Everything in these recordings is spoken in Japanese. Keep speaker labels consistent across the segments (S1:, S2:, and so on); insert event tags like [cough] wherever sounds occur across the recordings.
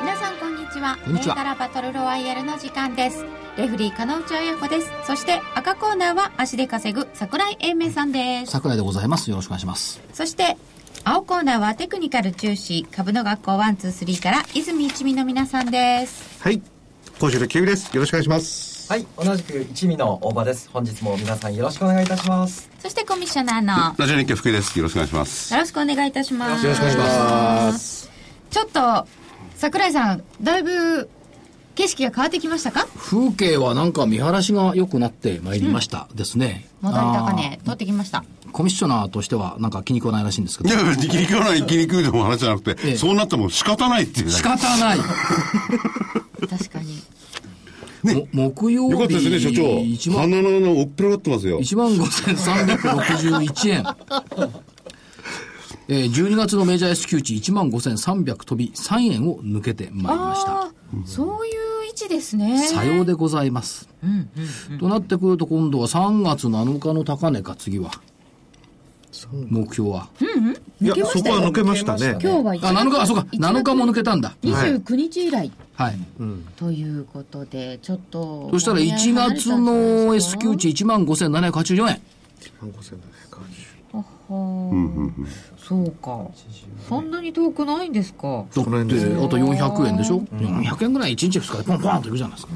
S1: 皆さんこんにちは
S2: こんにちは
S1: 銘柄バトルロワイヤルの時間ですレフリー金内彩子ですそして赤コーナーは足で稼ぐ桜井英明さんです
S2: 桜井でございます。よろしくお願いします。
S1: そして青コーナーはテクニカル中止株の学校123から泉一味の皆さんです
S3: はい。今週のキウイです。よろしくお願いします。
S4: はい、同じく一味の大場です。本日も皆さんよろしくお願いいたします。
S1: そしてコミッショナーの
S5: ラジオ日経福井です。よろしくお願いします。
S1: よろしくお願いいたします
S3: す。
S1: ちょっと桜井さんだいぶ景色が変わってきましたか
S2: 風景はなんか見晴らしが良くなってまいりましたですね。
S1: 戻り高値取ってきました
S2: あーコミッショナーとしてはなんか気に食わないらしいんですけ
S5: い
S2: ど
S5: や。、生きにくいない、生きにくいのも話じゃなくて、
S2: ええ
S5: そうなっても仕方ないっていうね。
S2: 仕方ない。
S1: 確かに
S2: も木曜日。
S5: よかったですね、所
S2: 1
S5: 長。
S2: 万、
S5: 鼻の穴をおっぺらがってますよ。
S2: 1万5361円。
S5: [laughs]
S2: えー、12月のメジャー S q 値1万5300飛び3円を抜けてまいりました。
S1: あーそういう位置ですね
S2: さようでございます。となってくると今度は3月7日の高値か、次は。目標は。
S3: いや
S1: 抜け、まし
S3: そ
S1: た
S3: こ
S1: よ
S3: は抜けましたね。
S1: 今日は一
S2: あ、7日、あ、そうか、
S1: 一月
S2: 7日も抜けたんだ。
S1: 29日以来
S2: はい。
S1: ということでちょっと
S2: そしたら1月の S q 値1万5784円。
S1: そうかそんなに遠くないんですか
S2: だって、あと400円でしょ ?400 円ぐらい1日2日でポンポンといくじゃないですか。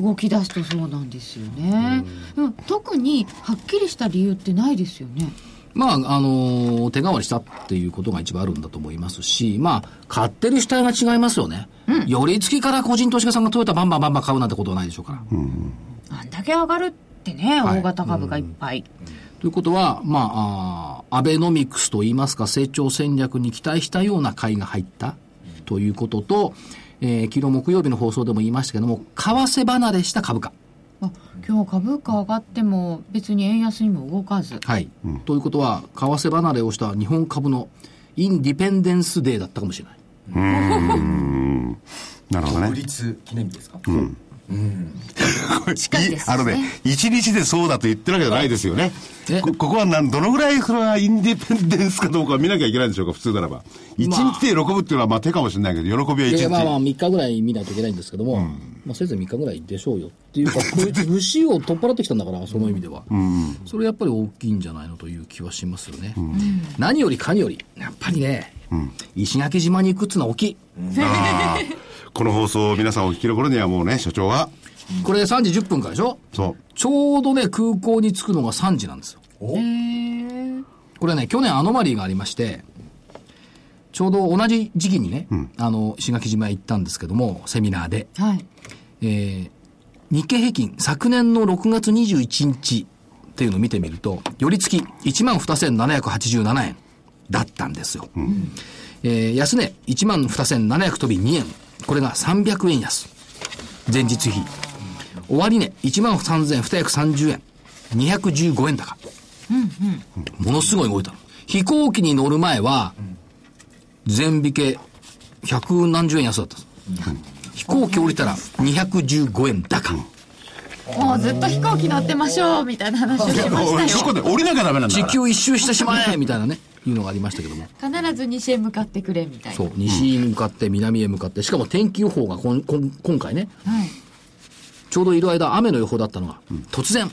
S1: 動き出すとそうなんですよねでも特にはっきりした理由ってないですよね
S2: まあ、あのー手代わりしたっていうことが一番あるんだと思いますし、まあ、買ってる主体が違いますよね。より付きから個人投資家さんがトヨタバンバンバンバン買うなんてことはないでしょうから。
S1: あんだけ上がるってね
S2: はい
S1: 大型株がいっぱい、
S2: ということは、まああー、アベノミクスといいますか、成長戦略に期待したような買いが入ったということと、えー昨日木曜日の放送でも言いましたけども、為替離れした株価。
S1: あ今日株価上がっても別に円安にも動かず
S2: はい。ということは、為替離れをした日本株のインディペンデンスデーだったかもしれない。
S5: なるほど
S4: 独
S5: ね。
S4: 立記念日ですか、
S5: いいあのね、一日でそうだと言ってるわけじゃないですよね。
S2: え
S5: こここはなんどのぐらいそれはインディペンデンスかどうか見なきゃいけないんでしょうか、普通ならば。一日で喜ぶっていうのはまあ手かもしれないけど、喜びは一
S2: で、まあまあ、
S5: 日。
S2: 3日ぐらい見ないといけないんですけども、まあ、せいぜい3日ぐらいでしょうよっていうか、 [laughs] こいつ節を取っ払ってきたんだから、その意味では。それやっぱり大きいんじゃないのという気はしますよね。何よりかにより、やっぱりね、石垣島に行くっつうのは大きい。
S5: あーこの放送を皆さんお聞きの頃にはもうね、所長は、
S2: これ3時10分からでしょ
S5: そう。
S2: ちょうどね、空港に着くのが3時なんですよ。これね、去年アノマリーがありまして、ちょうど同じ時期にね、あの、石垣島へ行ったんですけども、セミナーで。
S1: はい
S2: えー日経平均、昨年の6月21日っていうのを見てみると、寄り付き12,787円だったんですよ。えー安値12,700飛び2円。これが300円安。前日比。終値13,230円。215円高。ものすごい動いたの。飛行機に乗る前は、全引け100何十円安だったんです。飛行機降りたら215円高。
S1: もうずっと飛行機乗ってましょうみたいな話をしまし
S5: そこで降りなきゃダメなんだ
S2: 地
S5: から。
S2: 球一周してしまえみたいなね、いうのがありましたけども。
S1: たよ必ず西へ向かってくれみたい
S2: そ
S1: な
S2: う。西に向かって南へ向かって、しかも天気予報がこんこん今回ね、
S1: はい
S2: ちょうどいる間雨の予報だったのが、突然、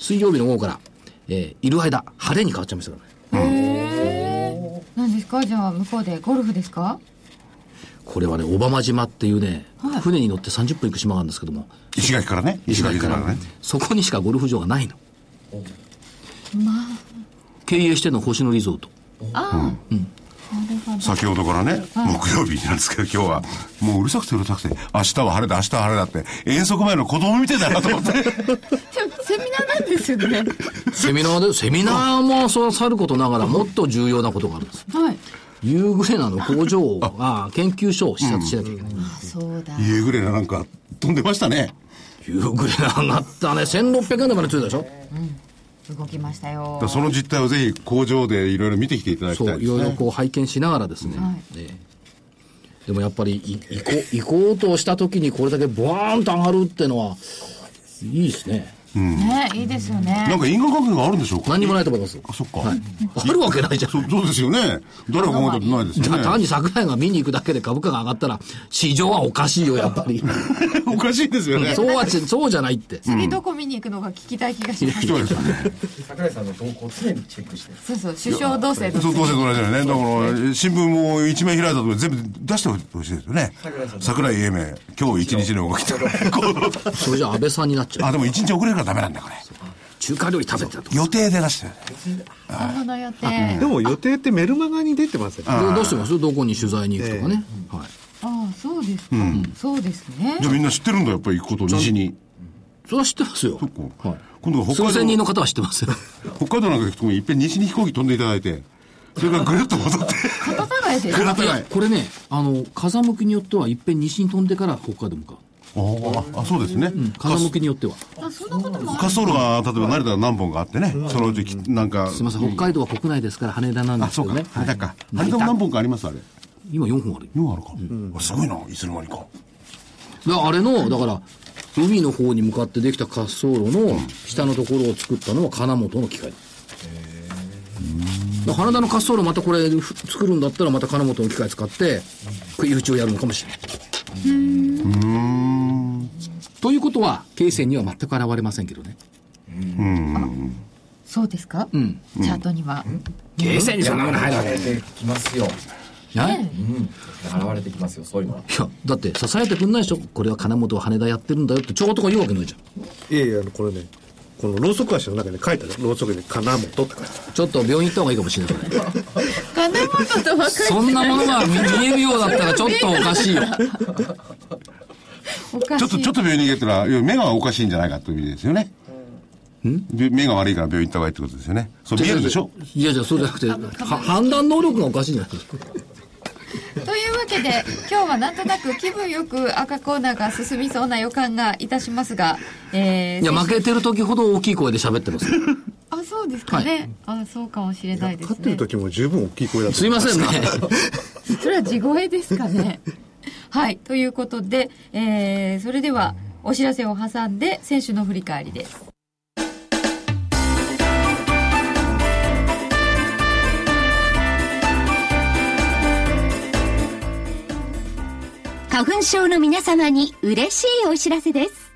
S2: 水曜日の午後から、えーいる間、晴れに変わっちゃいましたからね。
S1: 何ですかじゃあ向こうでゴルフですか
S2: これはね、小浜島っていうね、船に乗って30分行く島があるんですけども、
S5: 石垣からね。石垣からね。
S2: そこにしかゴルフ場がないの。経営してるのは星野リゾート。
S5: 先ほどからね、木曜日なんですけど、今日は、もううるさくてうるさくて、明日は晴れだ、明日は晴れだって、遠足前の子供みたいだなと思っ
S2: [laughs]
S5: て。
S1: セミナーなんですよね
S2: セミナーで、セミナーもそうさることながら、もっと重要なことがあるんです。
S1: はい
S2: 夕暮れなの工場が研究所を視察しなきゃいけない。
S1: そうだ。
S5: 夕暮れななんか飛んでましたね。
S2: 夕暮れな上がったね。1600円台までついたでしょ
S1: 動きましたよ
S5: だか。らその実態をぜひ工場でいろいろ見てきていただき
S2: そ
S5: た
S2: う、
S5: い
S2: い
S5: です
S2: ろいろ
S5: ね。
S2: こう拝見しながらですね。ええでもやっぱりい、行こう、行こうとした時にこれだけボーンと上がるってのは、いいですね。
S1: ね、いいですよね。
S5: なんか因果関係があるんでしょうか
S2: 何にもないと思います。
S5: あ、そっか。
S2: あるわけないじゃん。
S5: そうそうですよね。誰が考えたことないですよ
S2: [laughs]
S5: ね。
S2: 単に桜井が見に行くだけで株価が上がったら、市場はおかしいよ、やっ [laughs] ぱり。
S5: おかしいですよね。
S2: そうはち、そうじゃないって。
S1: 次どこ見に行くのか聞きたい気がします。
S5: そうですよね。
S4: 桜井さんの動向を常にチェックしてる
S1: そうそう、首相同棲の
S5: そう、
S1: 次
S5: どうせと同じだよね。だから、新聞も一面開いたところ全部出してほしいですよね。桜井英明、今日一日の動きとか。
S2: それじゃ安倍さんになっちゃう。
S5: あ、でも一日遅れるからダメなんだ、これ。
S2: 中華料理食べてたと。
S5: 予定で出してる。
S1: 今後の予定。
S3: でも予定ってメルマガに出てますよね。
S2: どどうしてますどこに取材に行くとかね。はい。
S1: ああ、そうですか。そうですね
S5: じ。ゃあみんな知ってるんだ、やっぱり行くこと、西に。
S2: それは知ってますよ。
S5: こう
S2: はい
S5: 今度は北
S2: 数千人
S5: 海道
S2: の、方は知って
S5: [laughs]
S2: ますよ。
S5: 北海道なんか行くと、いっぺん西に飛行機飛んでいただいて、それからぐるっと戻
S2: [laughs]
S5: って。
S1: 暖かいです
S5: ぐ
S1: よ。
S5: るっと
S2: い
S5: な
S2: や
S5: い。
S2: これね、あの、風向きによっては、いっぺん西に飛んでから北海道向かう。
S5: ああ、そうですね。
S2: 風向きによっては。
S1: あ、そんなこともあ
S5: 滑走路が、例えば成田は何本かあってね、そのうちき、なんか、
S2: すみません、北海道は国内ですから羽田なんで
S5: あ、
S2: す
S5: そ
S2: け
S5: う
S2: ど
S5: か
S2: ね。、
S5: あれだか。
S2: は
S5: あ
S2: い
S5: れでも何本かあります、あれ。
S2: 今4本あるよ。
S5: ようあるか、あすごいないつの間にか
S2: だからあれの、だから、海の方に向かってできた滑走路の下のところを作ったのは金本の機械。だから羽田の滑走路またこれふ作るんだったらまた金本の機械使って食い打ちをやるのかもしれない。ということは経線には全く現れませんけどね。
S1: そうですかチャートには。
S2: 経線にそんなもの入るわけ
S4: 現れてきますよ
S2: ない。
S4: 現れてきますよそういうのはい
S2: や、だって支えてくんないでしょこれは金本は羽田やってるんだよってちょうとか言うわけないじゃん。
S3: いやいや、あのこれね、このろうそく足の中に書いてある。ろうそくに金本って書いてある。
S2: ちょっと病院行った方がいいかもしれない。
S1: 金本と若い。
S2: そんなものが見えるようだったらちょっとおかしいよ。
S1: おか
S5: ちょっ
S1: し
S5: と
S1: い
S5: ちょっ。と病院に行けってのは要は目がおかしいんじゃないかという意味ですよねび目が悪いから病院行った方がいいってことですよねそう見えるでしょ
S2: いやじゃあそうじゃなくて、は判断能力がおかしいんじゃない
S1: というわけで、今日はなんとなく気分よく赤コーナーが進みそうな予感がいたしますが、えー
S2: いや、負けてる時ほど大きい声で喋ってます。
S1: あ、そうですかね。あ、そうかもしれないです
S3: 勝って
S1: ね
S3: る。時も十分大きい声だと
S2: すいませんね。
S1: それは地声ですかね。 [laughs] はい。ということで、えー、それでは、お知らせを挟んで、選手の振り返りです。
S6: 花粉症の皆様に嬉しいお知らせです。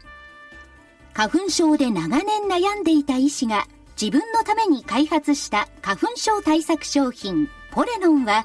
S6: 花粉症で長年悩んでいた医師が自分のために開発した花粉症対策商品ポレノンは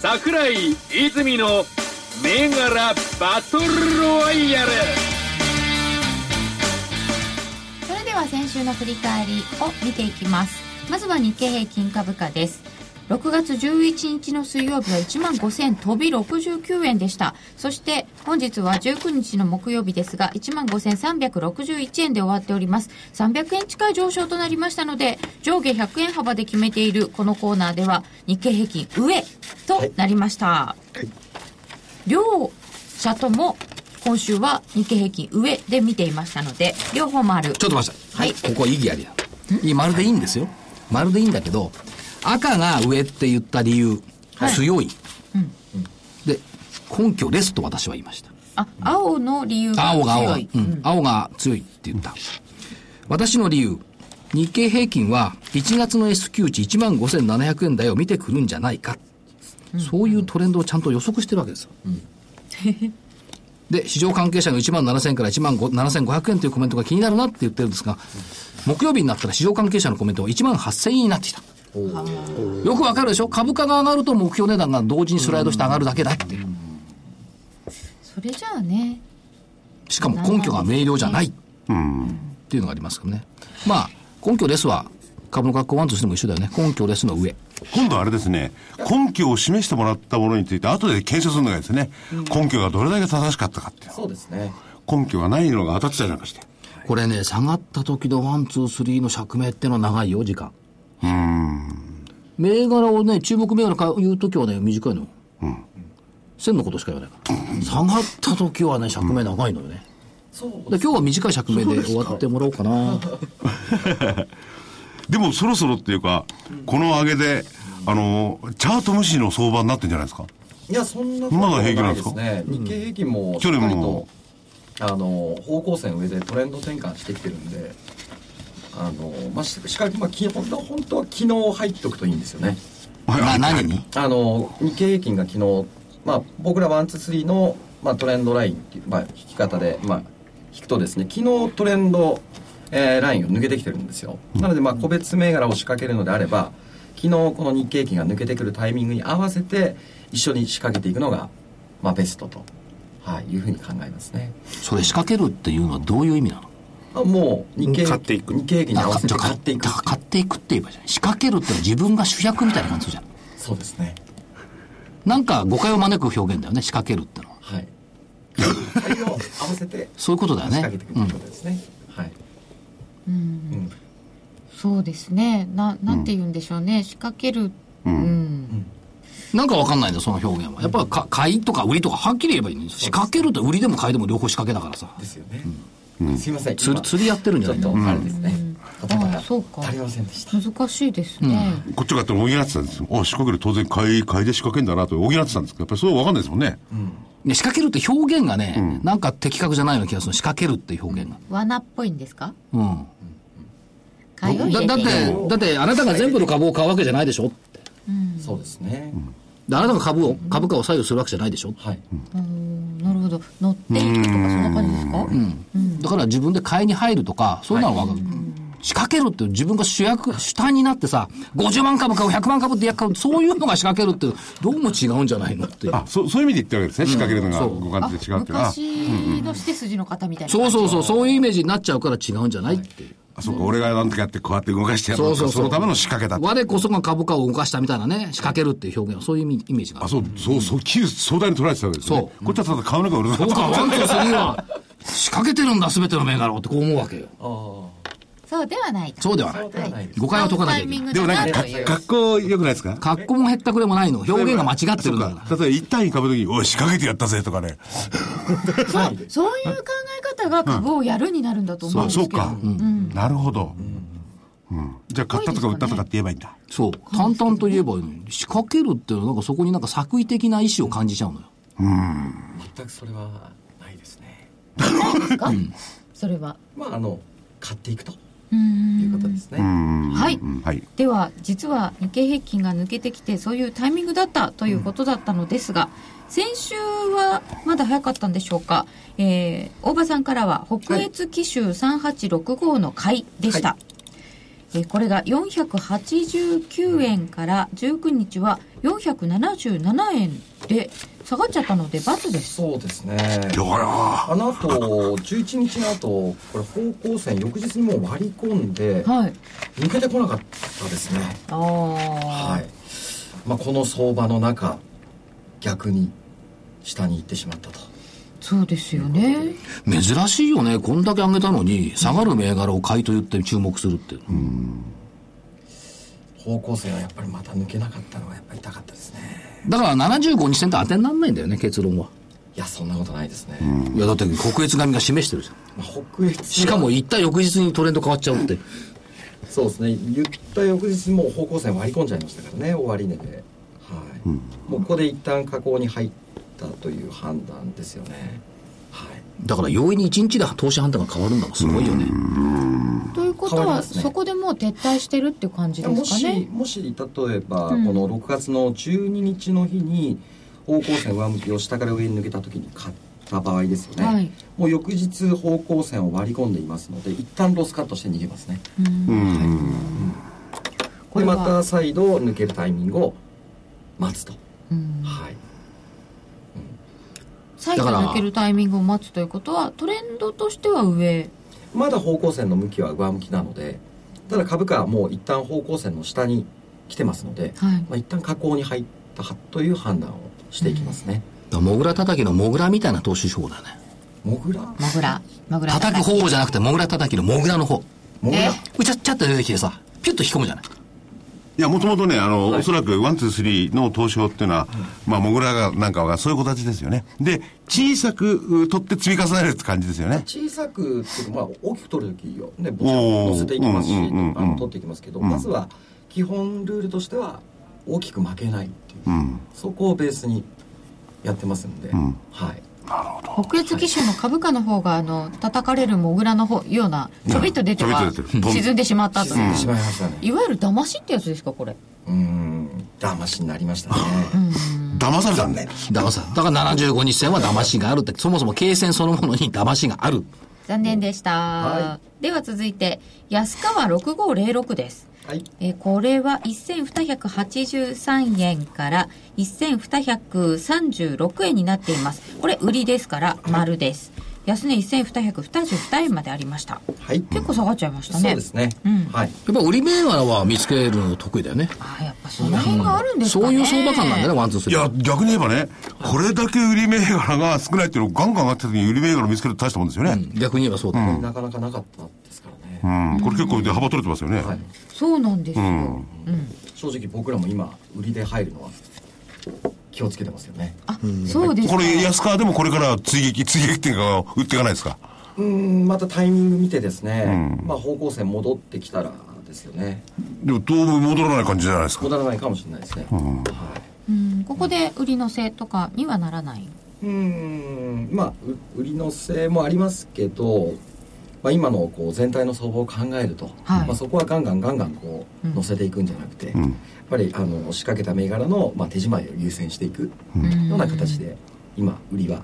S7: 桜井泉の銘柄バトルロワイヤル
S1: それでは先週の振り返りを見ていきますまずは日経平均株価です6月11日の水曜日は1万5000飛び69円でしたそして本日は19日の木曜日ですが1万5361円で終わっております300円近い上昇となりましたので上下100円幅で決めているこのコーナーでは日経平均上となりました、両社とも今週は日経平均上で見ていましたので、両方もある。
S2: ちょっと待ってください。
S1: はい
S2: ここは意義ありだ。いい、まるでいいんですよ。まるでいいんだけど、赤が上って言った理由、
S1: はい
S2: 強い。で、根拠レスと私は言いました。
S1: あ、青の理由が強
S2: 青
S1: い。
S2: が青が、うん青が強いって言った。私の理由、日経平均は1月の S q 値15,700円台を見てくるんじゃないか。そういうトレンドをちゃんと予測してるわけですよ。で、市場関係者の1万7000から1万7500円というコメントが気になるなって言ってるんですが、木曜日になったら市場関係者のコメントは1万8000円になってきた。よくわかるでしょ株価が上がると目標値段が同時にスライドして上がるだけだって。
S1: それじゃあね、
S2: しかも根拠が明瞭じゃないっていうのがありますけどね。まあ、根拠ですは、株の学校ワンとしても一緒だよね。根拠ですの上。
S5: 今度あれですね、根拠を示してもらったものについて、後で検証するのがいいですね。根拠がどれだけ正しかったかっていう。
S4: そうですね。
S5: 根拠がないのが当たってたりなんかして。
S2: これね、下がった時のワン、ツー、スリーの釈明っていうのは長いよ、時間。銘柄をね、注目銘柄か言う時はね、短いの。千のことしか言わないから。下がった時はね、釈明長いのよね。
S4: そう
S2: で今日は短い釈明で終わってもらおうかな。
S5: でもそろそろっていうか、この上げで、あの、チャート無視の相場になってんじゃないですか。
S4: いや、そんな
S5: まだ平気なんですか
S4: ね。日経平均も、し
S5: 去
S4: っか
S5: 年
S4: り
S5: も
S4: と、あの、方向線上でトレンド転換してきてるんで、あの、まあ、ししかも、まあ、き本当は、本当は昨日入っとくといいんですよね。
S5: はい
S2: まあ
S5: はい
S2: [laughs] 何に
S4: あの、日経平均が昨日、まあ、僕らワン、ツー、スリーの、まあ、トレンドラインっていう、まあ、引き方で、まあ、引くとですね、昨日トレンド、えーラインを抜けてきてるんですよ。なので、まあ、個別銘柄を仕掛けるのであれば、昨日この日経平均が抜けてくるタイミングに合わせて、一緒に仕掛けていくのが、まあ、ベストと、はい、いうふうに考えますね。
S2: それ仕掛けるっていうのはどういう意味なの
S4: あもう、日経
S3: 買っていく
S4: 日経平均に合わせて買っていく
S2: だ。から買っていくって言えばいいじゃん。仕掛けるってのは自分が主役みたいな感じするじゃん。
S4: そうです [laughs] ね。
S2: なんか誤解を招く表現だよね、仕掛けるってのは。
S4: はい。買いを合わせて、
S2: そういうことだよ
S4: 仕
S2: ね
S4: 掛けていく。ということですね。はい。うん
S1: そうですね。な、なんて言うんでしょうね。仕掛ける。うん。
S2: うんなんかわかんないんだよ、その表現は。やっぱか買いとか売りとかはっきり言えばいいのに。仕掛けると売りでも買いでも両方仕掛けだからさ。
S4: ですよね。すいません。
S2: 釣り
S4: 今
S2: 釣りやってるんじゃ
S4: ちょ
S2: ない
S4: っ
S2: んだ
S4: とあれですね。言葉
S1: あ
S4: が
S1: あ、そうか
S4: 足。りませんでした。
S1: 難しいですね。
S5: こっちがって補ってたんですよ。あ、仕掛ける当然買い、買いで仕掛けんだなと補ってたんですけど、やっぱりそれはわかんないですもんね。
S2: ね仕掛けるって表現がね、なんか的確じゃないような気がする。仕掛けるっていう表現が。
S1: 罠っぽいんですか
S2: うん。
S1: 買いを入れ
S2: だだって
S1: いる。、
S2: だってあなたが全部の株を買うわけじゃないでしょって。
S4: そうですね。
S2: であなたが株を、株価を左右するわけじゃないでしょ
S4: はい。
S1: うんなるほど。乗っていくとか、そんな感じですか
S2: だから自分で買いに入るとか、そういうのは分かる。仕掛けるって自分が主役、主体になってさ、50万株買う、100万株ってやっうそういうのが仕掛けるって、どうも違うんじゃないのっていう。
S5: あ、そう、そういう意味で言ってるわけですね。仕掛けるのが
S2: そう
S5: 五感じで違うっていうのは。
S1: 昔のして筋の方みたいな。
S2: そうそうそう、そういうイメージになっちゃうから違うんじゃないっていう。
S5: あ、そうか、俺がなんとかやってこうやって動かしてやる
S2: そうそうそう
S5: そのための仕掛けだって。
S2: 我こそが株価を動かしたみたいなね、仕掛けるっていう表現は、そういうイメイメージがあ
S5: あ、
S2: る。
S5: そう、そう、そう、急、壮大に捉えてたわけですね
S2: そ。
S5: こっちはただ買うのか売るの
S2: そ
S5: か
S2: うか、
S5: と
S2: ワン、ツー、スリーは、仕掛けてるんだ、すべての銘柄をってこう思うわけよ。
S4: あ
S1: そうではないと。
S2: そうではな。
S4: あ。ではいないです。
S2: 誤解を解かなきゃ
S1: タ
S2: い
S1: イ
S2: け
S1: ミン
S2: ない。
S1: グ
S5: [laughs] で
S1: だ
S5: も
S1: な
S5: なん
S1: と
S5: か
S1: いう。
S5: か、格好良くないですか
S2: 格好もへったくれもないの。表現が間違ってるんだから。
S5: 例えば1対2株の時に、おい、仕掛けてやったぜとかね。
S1: そう、そういう考え方が株をやるになるんだと思うん
S5: あ
S1: で
S5: そう
S1: すけど。
S5: か、なるほど、うんじゃあ買ったとか売ったとかって言えばいいんだ
S2: そう。淡々と言えばいいのに。仕掛けるっていうのは、なんかそこになんか作為的な意思を感じちゃうのよ。
S4: 全くそれはないですね。
S1: それは。
S4: まああの買っていくと
S1: うん
S4: いうことですね。
S5: うん
S1: はい
S5: うんはい
S1: では実は日経平均が抜けてきてそういうタイミングだったということだったのですが、先週はまだ早かったんでしょうか、えー大場さんからは北越機種3865の買いでした、えーこれが489円から19日は477円で下がっちゃったので×です
S4: そうですね。
S5: だから
S4: あの後11日の後これ方向線翌日にもう割り込んで
S1: はい
S4: 抜けてこなかったですね。
S1: ああ、
S4: はい。まあこの相場の中逆に下に行ってしまったと。
S1: そうですよね
S2: 珍しいよね。こんだけ上げたのに、下がる銘柄を買いと言って注目するっていう。
S4: 方向性はやっぱりまた抜けなかったのがやっぱり痛かったですね
S2: だから75日線と当てにならないんだよね、結論は。
S4: いやそんなことないですね、
S2: いや、だって、北越紙が示してるじゃん。
S4: まあ北越は
S2: しかも、行った翌日にトレンド変わっちゃうって。
S4: そうですね言った翌日もう方向線割り込んじゃいましたからね終値で、はいもうここで一旦加工に入ったという判断ですよねはい
S2: だから、容易に1日で投資判断が変わるんだもん、すごいよね。
S1: ということ
S4: 変わり
S1: は、
S4: ますね
S1: そこでもう撤退してるっていう感じで
S4: も
S1: すか
S4: し
S1: ね
S4: もし例えば、
S1: うん
S4: この6月の12日の日に方向線上向きを下から上に抜けた時に買った場合ですよね、
S1: はい
S4: もう翌日方向線を割り込んでいますので一旦ロスカットして逃げますね
S1: うんこ
S4: で
S1: れは
S4: また再度抜けるタイミングを待つと、
S1: うん
S4: はい
S1: 再度抜けるタイミングを待つということはトレンドとしては上
S4: まだ方向線の向きは上向きなのでただ株価はもう一旦方向線の下に来てますので、
S1: はい
S4: まあ、一旦下降に入ったという判断をしていきますね、
S2: だからモグラ叩きのモグラみたいな投資手法だよね。
S4: モグラ
S1: マグラマグラ
S2: 叩く方じゃなくて、モグラ叩きのモグラの方。
S4: モグラ
S2: うちゃっちゃって出てきてさ、ピュッと引き込むじゃない。
S5: いや、もともとね、あの、おそらく、ワン、ツー、スリーの投資法っていうのは、まあ、モグラが、なんかは、そういう形ですよね。で、小さく、う取って積み重ねるって感じですよね。
S4: 小さくっていうかまあ、大きく取るときをね、
S5: おー
S4: 乗せていきますし、
S5: うんうんうんうん
S4: あの取っていきますけど、まずは基本ルールとしては大きく負けないっていう、
S5: うん。
S4: そこをベースにやってますんで、
S5: ん
S4: はい、
S1: 北越機種の株価の方があの叩かれるモグラの方ようなちょびっと出て
S5: ちょ
S1: は
S5: びっと出てる
S1: 沈んでしまったと
S4: 沈んでしまいましたね。
S1: いわゆる騙しってやつですかこれ
S4: うん、騙しになりましたね。
S5: 騙されたんだよ。
S2: だからさ、だから75日線は騙しがあるって、そもそも経線そのものに騙しがある。
S1: 残念でした、
S4: は
S1: では続いて安川6506です
S4: はい、
S1: えーこれは1283円から1236円になっていますこれ売りですから丸です安値1222円までありました
S4: はい、
S1: 結構下がっちゃいましたね
S4: そうですね。
S1: うん
S4: はい、
S2: やっぱ売り銘柄は見つけるの得意だよね。
S1: ああやっぱその辺があるんですかね
S2: そういう相場感なんだよね、ワンツース
S5: い
S2: リー。
S5: や、逆に言えばね、これだけ売り銘柄が少ないっていうのをガンガン上がってた時に売り銘柄見つけると大したもんですよね。
S2: 逆に言えばそうだね。
S4: なかなかなかったですからね。
S5: うん。これ結構で幅取れてますよね。
S4: はい、
S1: そうなんですよ、
S5: うん。
S4: 正直僕らも今売りで入るのは気をつけてますよね。
S1: あそうですか
S5: これ、安川でもこれから追撃、追撃っていうか、売っていかないですか。
S4: うんまたタイミング見てですね、まあ、方向線戻ってきたらですよね
S5: でも、当分戻らない感じじゃないですか。
S4: 戻らないかもしれないですね、は
S1: うんここで売りのせとかにはならない
S4: い、うんまあう売りのせもありますけど、まあ、今のこう全体の相場を考えると、
S1: はい
S4: まあ、そこはガンガンガンガンこう乗せていくんじゃなくて、やっぱりあの仕掛けた銘柄の、まあ、手締まりを優先していくような形で今売りは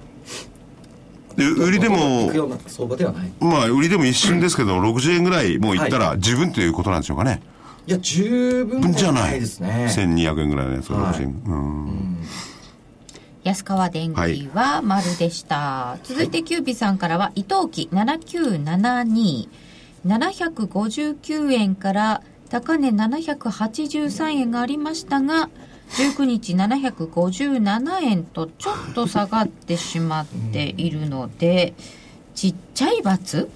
S5: で、売りで
S4: い
S5: も
S4: く、ような相場ではない
S5: まあ、売りでも一瞬ですけど、60円ぐらいもういったら十分ということなんでしょうかね。
S4: いや十分
S5: じゃない。
S4: ですね
S5: 1200円ぐらいのやつが
S4: はい
S5: 60円。うん。
S1: 安川電機は丸でした、続いてキュービさんからは伊藤記7972759円から高値783円がありましたが19日757円とちょっと下がってしまっているのでちっちゃい罰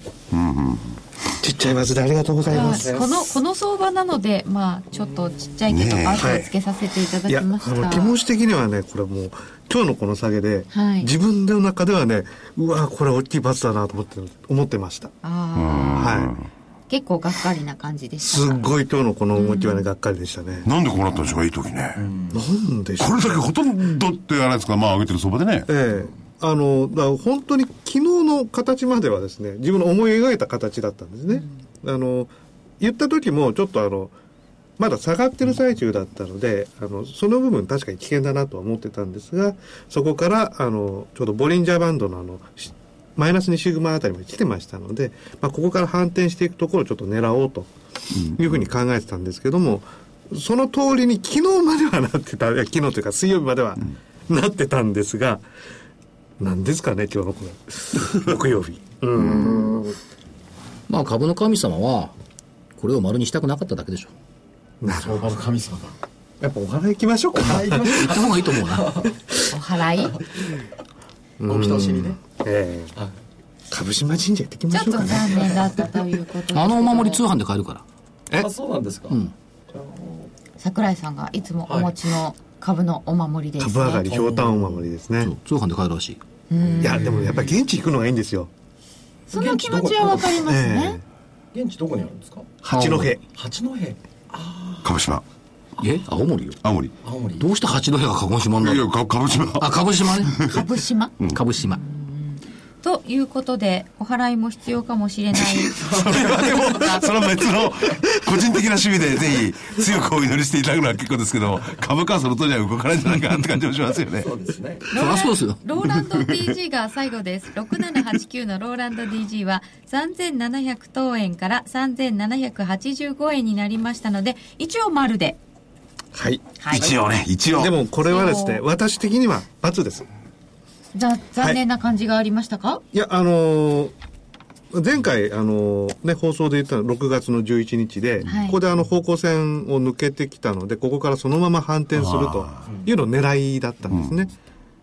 S3: ちっちゃいバズでありがとうござい
S1: こ
S3: ます。
S1: のこの相場なのでまあちょっとちっちゃいけど
S5: ねえ
S1: 罰をつけさせていただ
S3: いや、
S1: き
S3: あ
S1: ました、
S3: の、気持ち的にはね、これもう、今日のこの下げで、
S1: はい
S3: 自分の中ではね、うわこれ大きい罰だなと思って、思ってました。
S1: ああ
S3: は
S1: 結構がっかりな感じで
S3: い。
S1: した
S3: すっごい今日のこの動きはね、がっかりでしたね。
S5: なんでこうなったんでしょうか、いい時ね。
S3: なんでしょう
S5: これだけほとんどってあれですか、まあ、上げてる相場でね。
S3: ええあの、だから本当に昨日の形まではですね、自分の思い描いた形だったんですね。あの、言った時もちょっとあの、まだ下がってる最中だったので、あの、その部分確かに危険だなとは思ってたんですが、そこから、あの、ちょうどボリンジャーバンドのあの、しマイナス2シグマあたりまで来てましたので、まあ、ここから反転していくところをちょっと狙おうというふうに考えてたんですけども、その通りに昨日まではなってた、いや昨日というか水曜日まではなってたんですが、なんですかね、今日のこれ。木曜日。
S2: まあ株の神様は、これを丸にしたくなかっただけでしょ。
S4: 相場の神様
S3: やっぱお花行きましょうか。
S2: 行った方がいいと思うな。
S1: お祓い
S4: ご祈祷しにね
S3: ええ株島神社行ってきま
S1: ちょっ
S3: しょ
S1: と
S3: うか
S1: 残
S3: ね。
S1: 念だったということですけど
S2: あのお守り通販で買えるから。
S4: あそうなんですか、
S1: 桜井さんがいつもお持ちの株のお守りです、ね
S3: 株上がり、ひょうたんお守りですね。
S2: そう通販で買えるらしい。
S3: いや、でもやっぱり現地行くのがいいんですよ。
S1: その気持ちはわかりますね。
S4: 現地どこにあるんですか
S3: 八戸。
S4: 八戸
S5: 鹿児島
S2: え青森よ
S5: 青森
S4: 青森
S2: どうして八戸が鹿児島
S5: い
S2: な
S5: やい
S2: の
S5: やか鹿児島
S2: あ鹿児島ね
S1: 株島
S2: 鹿児島
S1: ということで、お払いも必要かもしれない。
S5: でも、その別の個人的な趣味でぜひ強くお祈りしていただくのは結構ですけど、株価はその当りは動かないんじゃないかなって感じもしますよね。
S4: そうですね
S2: そりゃそうですよ
S1: ローランド DG が最後です。6789のローランド DG は3700等円から3785円になりましたので、一応丸で。
S3: はい。
S1: はい。
S5: 一応ね、一応。
S3: でもこれはです
S1: そ
S3: ね、
S1: う
S3: 私的には罰です。
S1: ざ残念な感じがありましたか、
S3: いや、あのー前回、あのーね、放送で言ったの6月の11日で、
S1: はい
S3: ここであの方向線を抜けてきたので、ここからそのまま反転するというのを狙いだったんですね。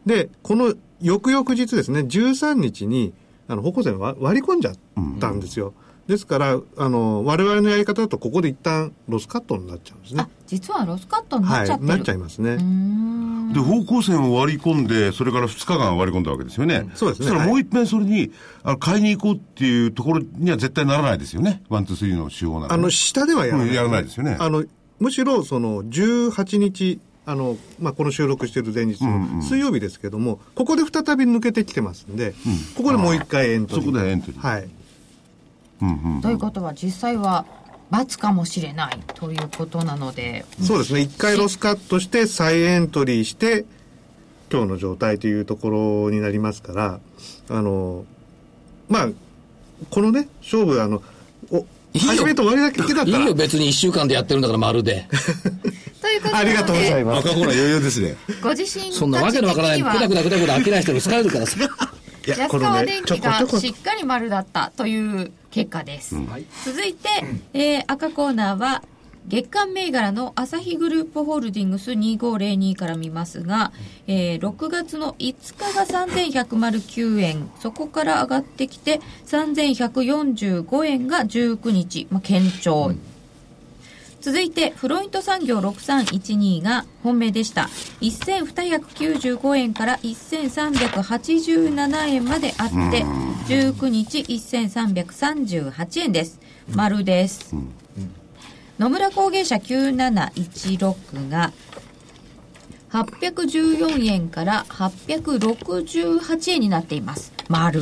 S3: で、この翌々日ですね、13日に、あの、方向線わ割り込んじゃったんですよ。ですから、あの、我々のやり方だと、ここで一旦ロスカットになっちゃうんですね
S1: あ。、実はロスカットにな
S3: は
S1: っちゃって
S3: い、
S1: る。
S3: なっちゃいますね。
S5: で、方向線を割り込んで、それから2日間割り込んだわけですよね。
S3: そうです
S5: そ
S3: ね
S5: した
S3: は
S5: ら
S3: い
S5: もう一遍それに、あの買いに行こうっていうところには絶対ならないですよね。ワン、ツー、スリーの手法な
S3: あの、下ではやらない。
S5: うんやらないですよね
S3: あの、むしろ、その、18日、あの、まあ、この収録している前日
S5: うんう
S3: の
S5: ん
S3: 水曜日ですけども、ここで再び抜けてきてますんで、ここでもう一回エントリー。
S5: そこでエントリー
S3: はい。
S5: うんうん。
S1: ということは実際は罰かもしれないということなので、
S3: そうですね。一回ロスカットして、再エントリーして、今日の状態というところになりますから、あの、まあ、このね、勝負、あの、お、
S2: いいよ
S3: 始めと終わりだけだったら、
S2: 別に1週間でやってるんだからまるで
S1: ということ
S3: ありがとうござい
S1: で
S3: ます。
S5: コーナー余裕ですね。
S1: ご自身
S2: そんなわけのわから
S1: [laughs]
S2: ないくだくだくだくだ飽きない人に好かれるからさ
S3: いや
S1: 安
S3: この
S1: 川
S3: ね
S1: 電
S3: ちょ
S1: 機
S3: こちょ
S1: が
S3: こ
S1: しっかり丸だったという結果です、続いて、えー赤コーナーは月間銘柄のアサヒグループホールディングス2502から見ますが、えー6月の5日が3109円そこから上がってきて3145円が19日、まあ、堅調、続いてフロイト産業6312が本命でした1295円から1387円まであって19日1338円です丸です、野村工芸社9716が814円から868円になっています丸、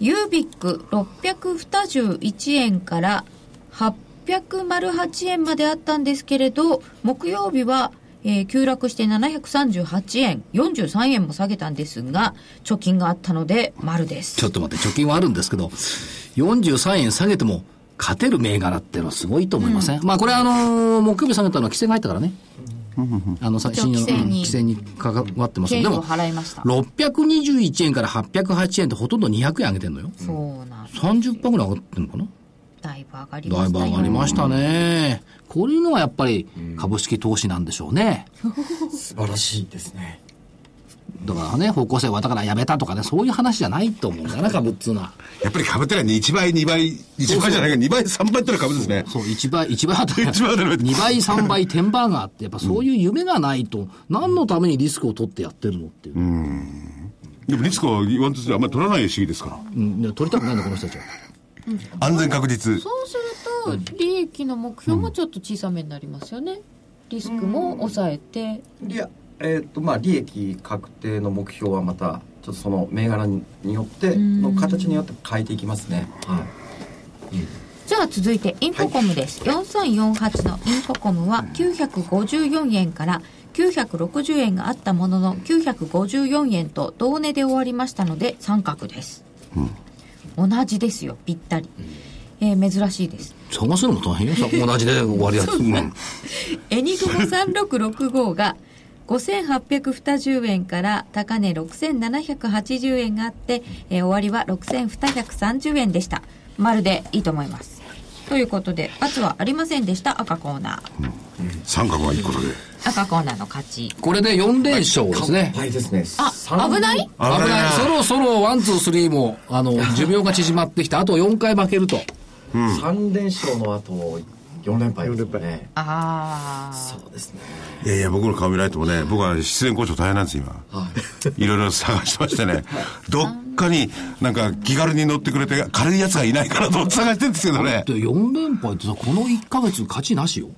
S1: ユービック621円から808円まであったんですけれど、木曜日は、えー急落して738円、43円も下げたんですが、貯金があったので、丸です。
S2: ちょっと待って貯金はあるんですけど43円下げても勝てる銘柄っていうのはすごいと思いません、まあこれあのー木曜日下げたのは規制が入ったからねあのさ
S1: 一応
S2: 信用の
S1: 規制に
S2: うん規制に関わってます
S1: 敬意
S2: で
S1: を
S2: も
S1: 払いました。
S2: 621円から808円ってほとんど200円上げてんのよ
S1: そうなんです
S2: 30%ぐらい上がってんのかな
S1: だいぶ上がりま
S2: だい
S1: し
S2: ぶ
S1: たよ
S2: 上がりましたね。こういうのはやっぱり株式投資なんでしょうね。
S4: 素晴らしいですね
S2: だからね、方向性はだからやめたとかね、そういう話じゃないと思うんだよな、株っつうのは。
S5: やっぱり株ってのは1倍、2倍、1倍じゃないか、2倍、3倍ってのは株ですね。
S2: そう、1倍、1倍当たり前
S5: 一倍当たり前
S2: 2倍、3倍、10バーガーって、やっぱそういう夢がないと、何のためにリスクを取ってやってるのっていう。うん
S5: でもリスクはワン、ツー、スリーあんまり取らない主義ですから。
S2: で取りたくないんだ、この人たちは。
S5: 安全確実。
S8: そうすると利益の目標もちょっと小さめになりますよねリスクも抑えて
S4: いやえっとまあ利益確定の目標はまたちょっとその銘柄によっての形によって変えていきますねはい
S1: じゃあ続いてインフォコムです、4348のインフォコムは954円から960円があったものの954円と同値で終わりましたので三角です、同じですよぴったり、えー珍しいです
S2: 探すのも大 [laughs] 変よ。さ同じで終わりやつ。うん
S1: エニグモ3665が5820円から高値6780円があって、えー終わりは6230円でしたまるでいいと思いますということで罰はありませんでした赤コーナー
S5: 三角が1個だけ。
S1: 赤コーナーの勝ち
S2: これで4連勝ですね。
S4: はいですね
S1: あ危ない
S2: 危ない。そろそろワン、ツー、スリーも、あの、寿命が縮まってきて、あと4回負けると。
S4: 3連勝の後
S9: 4連敗ですもんね
S1: ああ。
S9: そうですね
S5: いやいや、僕の顔見られてもね、僕は失恋校長大変なんです、今。いろいろ探してましてね、どっかになんか気軽に乗ってくれて、軽い奴がいないからと思って探してるんですけどね
S2: で、。4連敗ってさ、この1ヶ月勝ちなしよ。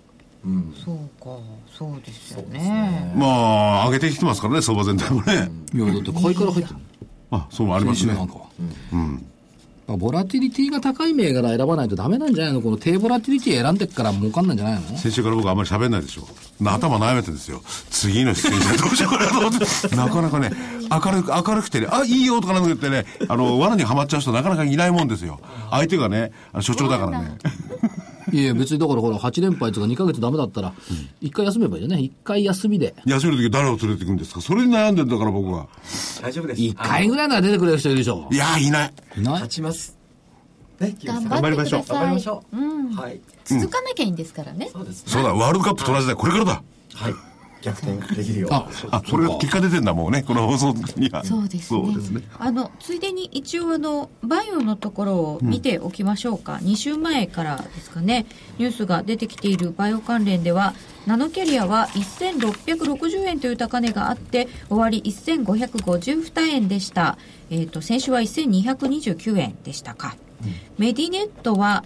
S1: そうか。そうですよね。
S5: まあ、上げてきてますからね、相場全体もね。
S2: いや、だって買いから入ってる。
S5: あ、そうありま
S2: 先
S5: す
S2: 週
S5: ね
S2: な。んかは。うん。ボラティリティが高い銘柄選ばないとダメなんじゃないのこの低ボラティリティ選んでっから儲かんないんじゃないの
S5: 先週から僕あんまり喋んないでしょ。な頭悩めてるんですよ。次の出演者どうしようかなと思って。 [laughs] なかなかね、明るく、明るくてね、あ、いいよとかなんか言ってね、あの、罠にはまっちゃう人なかなかいないもんですよ。相手がね、あの所長だからね。
S2: いやいや、別にだからほら、8連敗とか2ヶ月ダメだったら、1回休めばいいよね。1回休みで。
S5: 休みの時誰を連れてくんですかそれに悩んでんだから僕は。
S9: 大丈夫です
S2: 1回ぐらいなら出てくれる人いるでしょ
S5: い。やー、いない。
S2: いない
S9: 勝ちますねキヨさん
S8: 頑張ってください
S9: 頑張りましょう、
S8: うん
S9: はい
S8: 続かなきゃいいんですからね、
S9: そうです
S5: そうだ、ワールドカップ取らせたい。これからだ。
S9: はい逆転できるよ
S2: あ
S9: う、
S5: あ、これが結果出てんだもうね、この放送には。
S8: そうですね
S5: そうですね。
S1: あの、ついでに一応あの、バイオのところを見ておきましょうか。2週前からですかね、ニュースが出てきているバイオ関連では、ナノキャリアは1660円という高値があって、終わり1552円でした。えっ、と、先週は1229円でしたか。メディネットは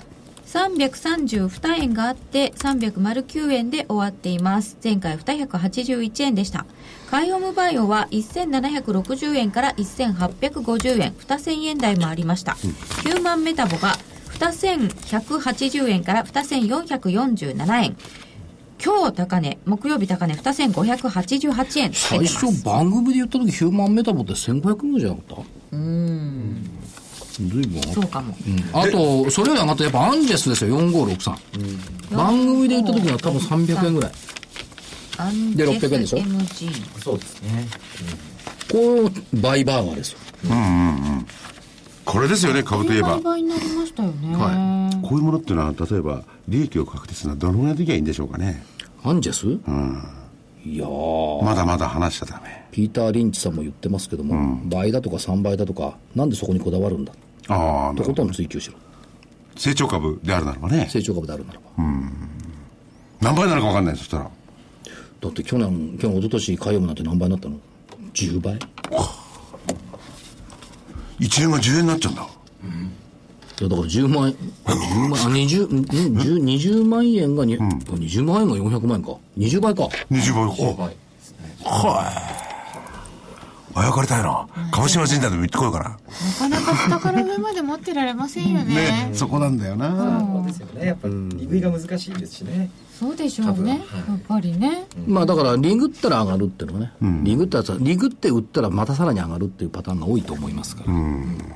S1: 332円があって309円で終わっています前回281円でしたカイオムバイオは1760円から1850円2000円台もありましたヒューマンメタボが2180円から2447円今日高値木曜日高値2588円つけてま
S2: 最
S1: す
S2: 初番組で言った時ヒューマンメタボって1500円じゃなかったうん随分
S1: そうかも
S2: あとそれより上がったやっぱアンジェスですよ4563、番組で言った時は多分300円ぐらい
S1: アンジ
S2: で
S1: ェス
S2: 600円でしょ
S1: MG
S9: そうですね
S2: こう倍バーガーですよ
S5: これですよね、株といえば。
S1: 倍々になりましたよね、
S5: はい、こういうものっていうのは例えば利益を確定するのはどのぐらいの時はいいんでしょうかね
S2: アンジェス、いやー
S5: まだまだ話しちゃダメ
S2: ピーター・リンチさんも言ってますけども、倍だとか3倍だとかなんでそこにこだわるんだ
S5: ああ
S2: と
S5: なるほ
S2: こ
S5: ど
S2: とん追求しろ
S5: 成長株であるならばね
S2: 成長株であるならば、
S5: 何倍なのか分かんないそしたら
S2: だって去年去年一昨年火曜日なんて何倍になったの10倍
S5: 1円が10円になっちゃうんだ
S2: いやだから10万円、10万あ20うん10 20万円がに、20万円が400万円か。20倍か。
S5: 20倍
S9: 10
S5: お
S9: 倍ですね
S5: はいあやかりたいな鹿児島神社でも行ってこようかな
S8: なかなか下から上まで持ってられませんよね
S5: ねそこなんだよな
S9: そうですよねやっぱり利食いが難しいですしね
S8: そうでしょう
S9: 多
S8: ね、
S9: 分はい
S8: やっぱりね
S2: まあだから、リグったら上がるっていうのがね、リグったやつは、リグって売ったらまたさらに上がるっていうパターンが多いと思いますから、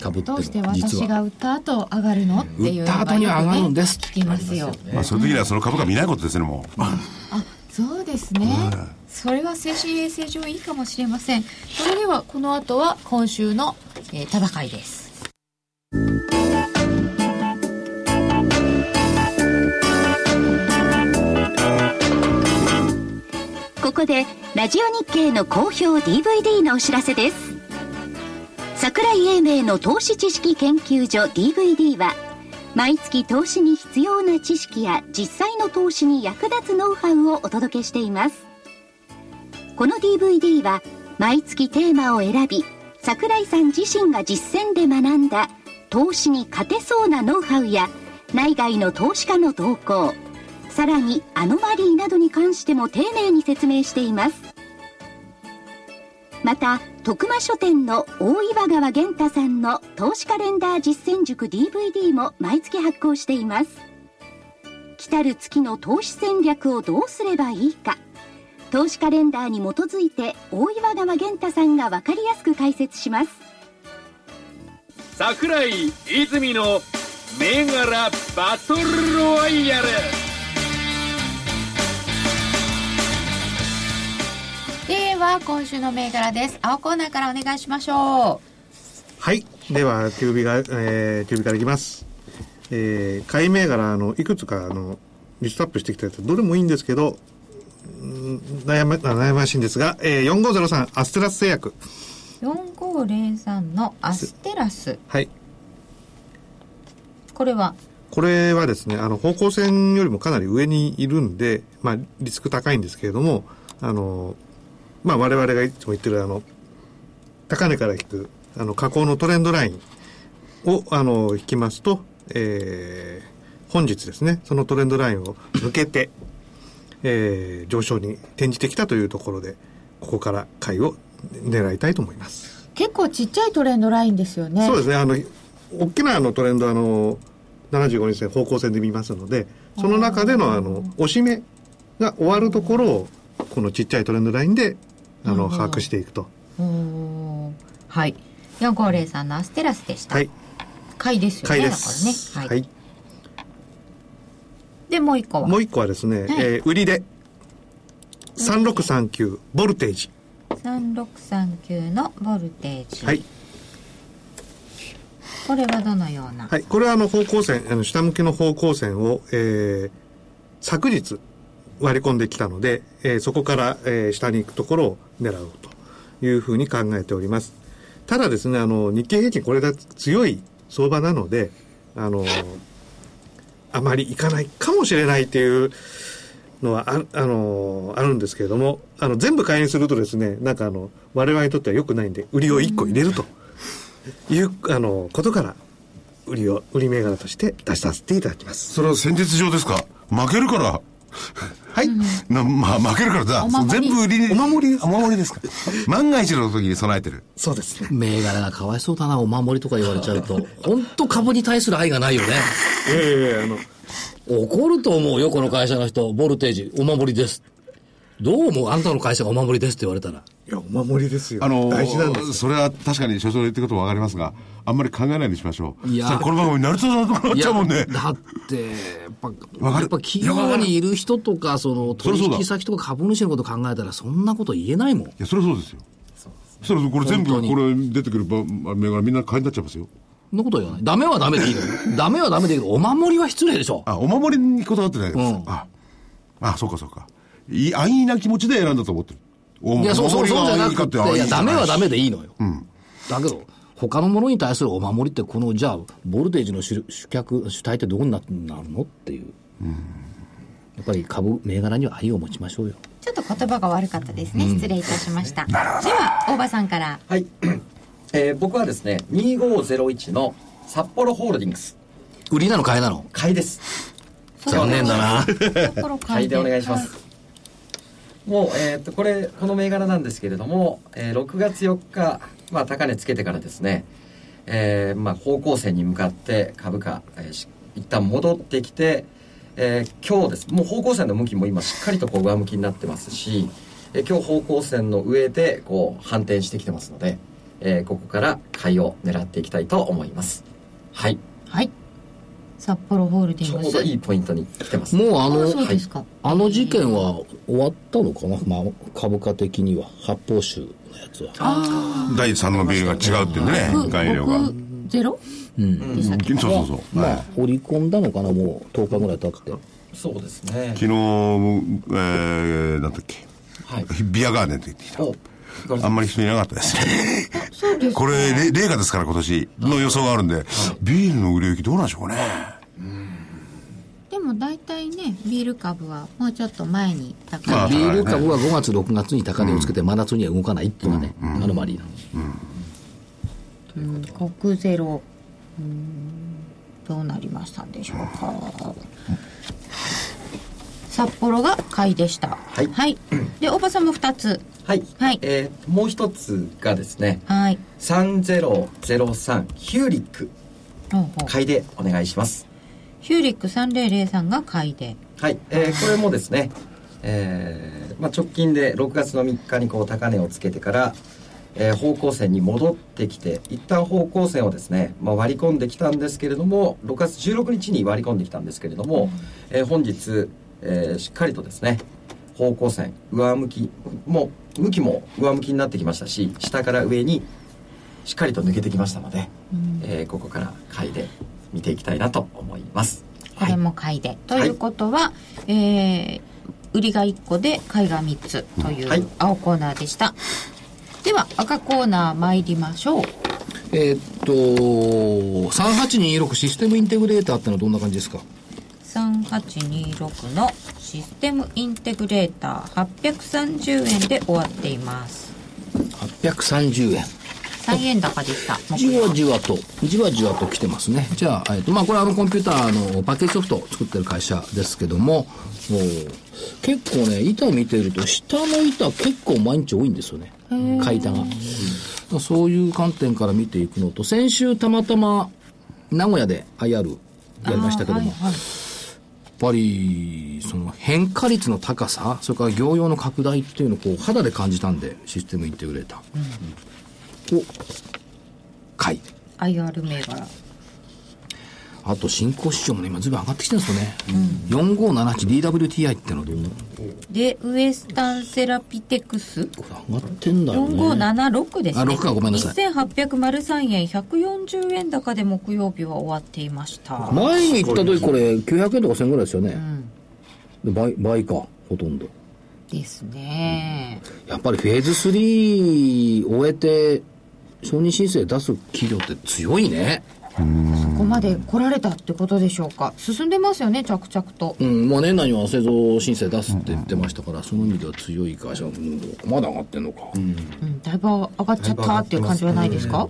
S2: 株って
S8: どうして
S2: いうのは実
S8: 私
S2: は。
S8: が売った後上がるのっていう
S2: 売った後には上がるんです
S8: 聞きますよ
S5: まあそういう時にはその株価見ないことですねもう
S8: あそうですね、それは精神衛生上いいかもしれませんそれではこの後は今週の、えー戦いです
S6: ここでラジオ日経の好評 DVD のお知らせです桜井英明の投資知識研究所 DVD は毎月投資に必要な知識や実際の投資に役立つノウハウをお届けしていますこの DVD は毎月テーマを選び桜井さん自身が実践で学んだ投資に勝てそうなノウハウや内外の投資家の動向さらにアノマリーなどに関しても丁寧に説明していますまた徳間書店の大岩川源太さんの投資カレンダー実践塾 DVD も毎月発行しています来たる月の投資戦略をどうすればいいか投資カレンダーに基づいて大岩川源太さんが分かりやすく解説します
S7: 桜井泉の銘柄バトルロワイヤル
S1: では今週の銘柄です青コーナーからお願いしましょ
S3: はい。では、キュービが、えー、キュービからいきます。えー、買い銘柄、あの、いくつか、あの、リストアップしてきたやつ、どれもいいんですけど、うん悩ま、悩ましいんですが、えー、4503、アステラス製薬。
S1: う4503のアステラス
S3: はい。
S1: これは
S3: これはですね、あの、方向線よりもかなり上にいるんで、まあ、リスク高いんですけれども、あの、まあ、我々がいつも言ってる、あの、高値から引く、あの、下降のトレンドラインを、あの、引きますと、えー本日ですね、そのトレンドラインを抜けて、えー上昇に転じてきたというところで、ここから買いを狙いたいと思います。
S1: 結構ちっちゃいトレンドラインですよね
S3: そうですね、あの、大きなあのトレンド、あの、75日線方向線で見ますので、その中での、あの、押し目が終わるところを、このちっちゃいトレンドラインで、あの、把握していくと。
S1: うーんはい450さんのアステラスでした、
S3: はい、
S1: 買いですよね
S3: 買いです。
S1: だからね、は
S3: は
S1: い
S3: い。
S1: でもう一個は
S3: もう一個はですね、えー売りで、3639、ボルテージ。
S1: 3639のボルテージ、
S3: はい。
S1: これはどのような、
S3: はい、これはあの方向線、あの下向きの方向線を、えー昨日割り込んできたので、えーそこから、えー下に行くところを狙おうというふうに考えております。ただですね、あの、日経平均これだけ強い相場なので、あの、あまり行かないかもしれないっていうのはあ、あの、あるんですけれども、あの、全部買いにするとですね、なんかあの、我々にとっては良くないんで、売りを1個入れるという、あの、ことから、売りを、売り銘柄として出させていただきます。
S5: それは戦術上ですか負けるから。
S3: はい。
S5: [laughs] なまあ、負けるからだ。そう全部売りに。お守りです。お守りですか。 [laughs] 万が一の時に備えてる。
S3: そうですね。
S2: 銘柄がかわいそうだな、お守りとか言われちゃうと。本当株に対する愛がないよね。
S3: いやいやいや、あの、
S2: 怒ると思うよ、この会社の人。ボルテージ、お守りです。どう思うあんたの会社がお守りですって言われたら。
S3: いや、お守りですよ。
S5: あのー
S3: 大事なんですよ。
S5: それは確かに所長の言ってることはわかりますが、あんまり考えないようにしましょう。
S2: いや
S5: そしたらこの番組、成田さんとかなっちゃうもんね。
S2: だって、やっぱ、
S5: わかる
S2: やっぱ企業にいる人とか、その
S5: そりゃ
S2: 取
S5: そうだ
S2: 引先とか株主のこと考えたら、そんなこと言えないもん。
S5: いや、それはそうですよ。それはこれ全部、
S2: 本当に
S5: これ出てくるば銘柄みんな買いになっちゃいますよ。
S2: そんなこと言わない。ダメはダメでいいのよ。ダメはダメでいいけど、お守りは失礼でしょ。
S5: あ、お守りにこだわってないです。
S2: うん
S5: あ、あ、そうかそうか。いい安易な気持ちで選んだと思ってる。お
S2: いや、そうそう、
S5: お守り
S2: そうじゃ
S5: は
S2: な
S5: 安易か
S2: く、
S5: ってて安易
S2: い
S5: じ
S2: や、
S5: ゃな
S2: ダ
S5: い
S2: メは
S5: し
S2: ダメでいいのよ。だけど、他のものに対するお守りって、この、じゃあ、ボルテージの主主客、主体ってどうななるのっていう。やっぱり株、銘柄には愛を持ちましょうよ。
S1: ちょっと言葉が悪かったですね、失礼いたしましたでは大場さんから
S4: はい、えー僕はですね2501の札幌ホールディングス
S2: 売りなの買いなの
S4: 買いです
S2: 残念だな。
S1: ところ変
S4: 買
S1: え
S4: い
S1: て
S4: でお願いします、もう、えーっとこれこの銘柄なんですけれども、えー6月4日、まあ、高値つけてからですね、えーまあ、方向線に向かって株価、えーし一旦戻ってきて、えー今日ですもう方向線の向きも今しっかりとこう上向きになってますし、えー今日方向線の上でこう反転してきてますので、えーここから買いを狙っていきたいと思いますはい
S1: はい札幌ホールディ
S4: ちょ
S1: ング
S4: う
S1: ス
S4: どいいポイントに来てます
S2: もうあ
S1: あ
S2: の
S1: そう、ですか、
S2: あの事件は終わったのかな、まあ、株価的には、発泡酒のやつは。
S5: 第3の銘柄が違うってんでね、概要が。うん
S1: 6ゼロ
S2: うん。
S5: そうそうそう。
S2: ま
S5: はい
S2: あ、織り込んだのかな、もう10日ぐらい経って。
S4: そうですね
S5: 昨日、えー、なんだっけ、
S4: はい
S5: ビアガーデンって言ってきた。
S4: お
S5: あんまり人いなかったですね。
S1: そうです
S5: これ、れ例がですから今年の予想があるんで、ビールの売れ行きどうなんでしょうかね。
S1: でも大体ねビール株はもうちょっと前に高い、
S5: まあ
S2: ビール株は5月、6月に高値をつけて、真夏には動かないっていうのがね、アノマリーなの。
S1: うん国ゼロうーんどうなりましたんでしょうか札幌が買いでしたはいで大場さんも2つ
S4: はい、
S1: はい
S4: えーもう一つがですね
S1: はい
S4: 3003ヒューリック
S1: ほうほう
S4: 買いでお願いします
S1: ヒューリック3003が買いで
S4: はい、えーこれもですね、えーまあ、直近で6月の3日にこう高値をつけてから、えー方向線に戻ってきて一旦方向線をですね、まあ、割り込んできたんですけれども6月16日に割り込んできたんですけれども、えー本日、えーしっかりとですね方向線上向きも向きも上向きになってきましたし下から上にしっかりと抜けてきましたので、えーここから買いで見ていきたいなと思います。
S1: これも買いで、ということは、えー売りが1個で買いが3つとい
S4: はいう
S1: 青コーナーでした、では赤コーナー参りましょう
S2: えーと、3826システムインテグレーターってのはどんな感じですか
S1: 3826のシステムインテグレーター830円で終わっています
S2: 830円
S1: 3円高でした
S2: じわじわとじわじわと来てますねじゃあ、えっとまあ、これはあのコンピューターのパッケージソフトを作ってる会社ですけどもおー結構ね板見てると下の板結構毎日多いんですよね買い板が、うんそういう観点から見ていくのと先週たまたま名古屋で IR やりましたけども、やっぱりその変化率の高さそれから業用の拡大っていうのをこう肌で感じたんでシステムインテグレーターを買い
S1: IR 銘柄
S2: あと新興市場もね今ずいぶん上がってきてるんですよね、4578DWTI ってのはどう
S1: でウエスタンセラピテクス
S2: 上がってんだよね
S1: 4576ですね
S2: あ6かごめんなさい
S1: 1803円140円高で木曜日は終わっていました
S2: 前に行った時これ900円とか1000円ぐらいですよね、で倍倍かほとんど
S1: ですね
S2: やっぱりフェーズ3終えて承認申請出す企業って強いね
S1: ここまで来られたってことでしょうか進んでますよね着々と
S2: うん、まあ年内には製造申請出すって言ってましたから、その意味では強い会社、うん、まだ上がってんのか、
S1: うんだいぶ上がっちゃったっていう感じはないですか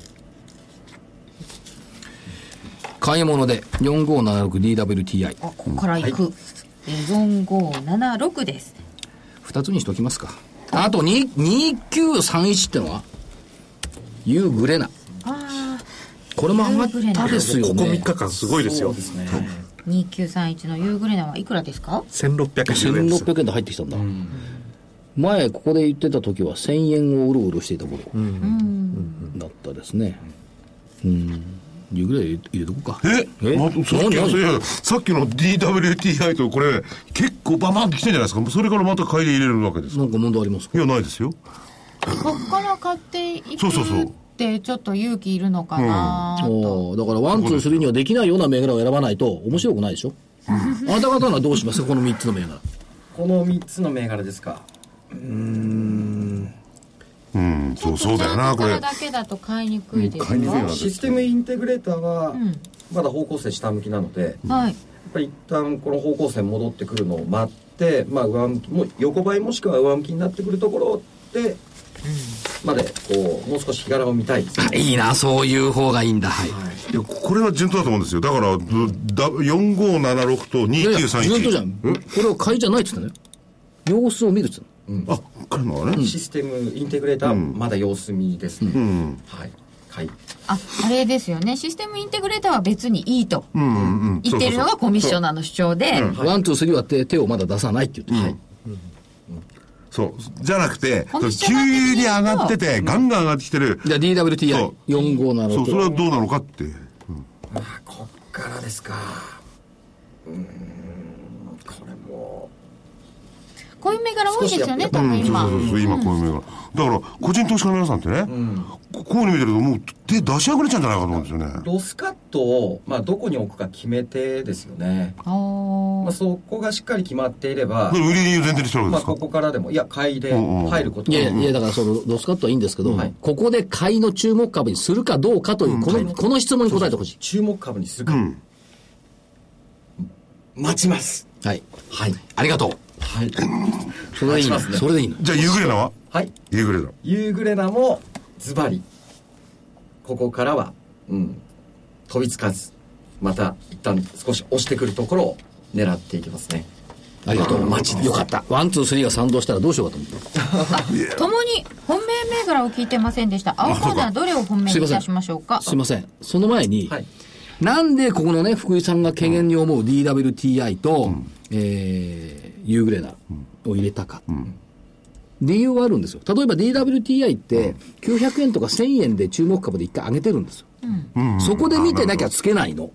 S2: 買い物で 4576DWTI
S1: あここから行く、えー4576です
S2: 二つにしときますかあとに2931ってのはユーグレナ
S1: あ
S2: これも上がったですよ
S3: ここ
S2: ね
S3: 3日間すごいですよ。
S1: あ2931のユーグレナはいくらですか
S3: 1600円です。
S2: 1600円で入ってきたんだ、前ここで言ってた時は1000円をうろうろしていた頃、だったですねうんユーグレナ入れ入れとこうか
S5: え
S2: え
S5: まさっきの
S2: 何
S5: いやさっきの DWTI とこれ結構ババンってきてんじゃないですかそれからまた買いで入れるわけですか
S2: なんか問題ありますか
S5: いやないですよ
S1: ここから買っていく
S5: そうそうそう
S1: ってちょっと勇気いるのかなと、
S2: おーだからワンツースリーにはできないような銘柄を選ばないと面白くないでしょ、あなた方はどうしますかこの3つの銘
S5: [laughs]
S2: 柄
S9: この3つの銘柄ですか
S5: うんそうそうだよなこれ
S1: だけだと買いにくいです
S5: 買いにくい
S1: よ
S5: な
S9: システムインテグレーターは
S1: ん
S9: まだ方向性下向きなので、やっ
S1: はい
S9: ぱり一旦この方向性戻ってくるのを待って、まあ、上向きもう横ばいもしくは上向きになってくるところでまでこうもう少し日柄を見たいですね
S2: いいなそういう方がいいんだはい
S5: いやこれは順当だと思うんですよだからぶだ4576と
S2: いやいや順当じゃん
S5: 2931
S2: これは買いじゃないっつったのよ様子を見るっつったの
S5: あ買うのはね
S9: システムインテグレーターはまだ様子見ですね、
S5: うん
S9: はいはい
S1: ああれですよねシステムインテグレーターは別にいいと
S5: うんうんうん
S1: 言ってるの
S5: そうそう
S1: がコミッショナーの主張で、
S2: ワンツースリーは手手をまだ出さないって言って、はい
S5: そうじゃなくて
S1: コミッショナー的に言うと
S5: 急に上がっててガンガン上がってきてる
S2: じゃあ
S5: そう
S2: DWTI45
S5: そうそれは
S2: 7
S5: どうなのかって
S9: あこっからですかうーんこれも
S1: こういう銘柄多いですよね多
S5: う
S1: 分
S5: ん、そう
S1: 今、
S5: そうそう、今こういう銘柄。だから、個人投資家の皆さんってね、ここういうの見てると、もう手出しあぐれちゃうんじゃないかと思うんですよね。
S9: ロスカットを、まあ、どこに置くか決めてですよね、
S1: あ
S9: ま
S1: ー
S9: あ、そこがしっかり決まっていれば
S5: だか、ら売りに前提にしてる
S9: ま
S5: わけで
S9: あ、
S5: すか
S9: こ。こからでもいや買いで
S5: うんうん
S9: 入ること
S2: い
S9: は
S2: やいや、だからそのロスカットはいいんですけど、
S9: はい
S2: ここで買いの注目株にするかどうかという、この、この質問に答えてほし
S9: 注目株にするか、
S5: うん。
S9: 待ちます
S2: い。はい。
S9: はい
S2: ありがとう。
S9: はい
S2: それでいい
S9: 待ち
S2: の、
S9: ますね
S2: それでいいの。
S5: じゃあ、夕暮れなは
S9: はい
S5: 夕暮れだ。
S9: 夕暮れなもズバリここからはうん飛びつかずまた一旦少し押してくるところを狙っていきますね
S2: ありがとう。
S9: 待ちです
S2: よかった。ワン、ツー、スリーが賛同したらどうしようかと思った。
S1: ともに本命銘柄を聞いてませんでした青コーナーどれを本命にいたしましょうか
S2: すいません。その前に、
S9: はい
S2: なんでここのね、福井さんが軽減に思う DWTI と、えー、ユーグレナを入れたか。理由はあるんですよ。例えば DWTI って、900円とか1000円で注目株で一回上げてるんですよ。そこで見てなきゃつけないの。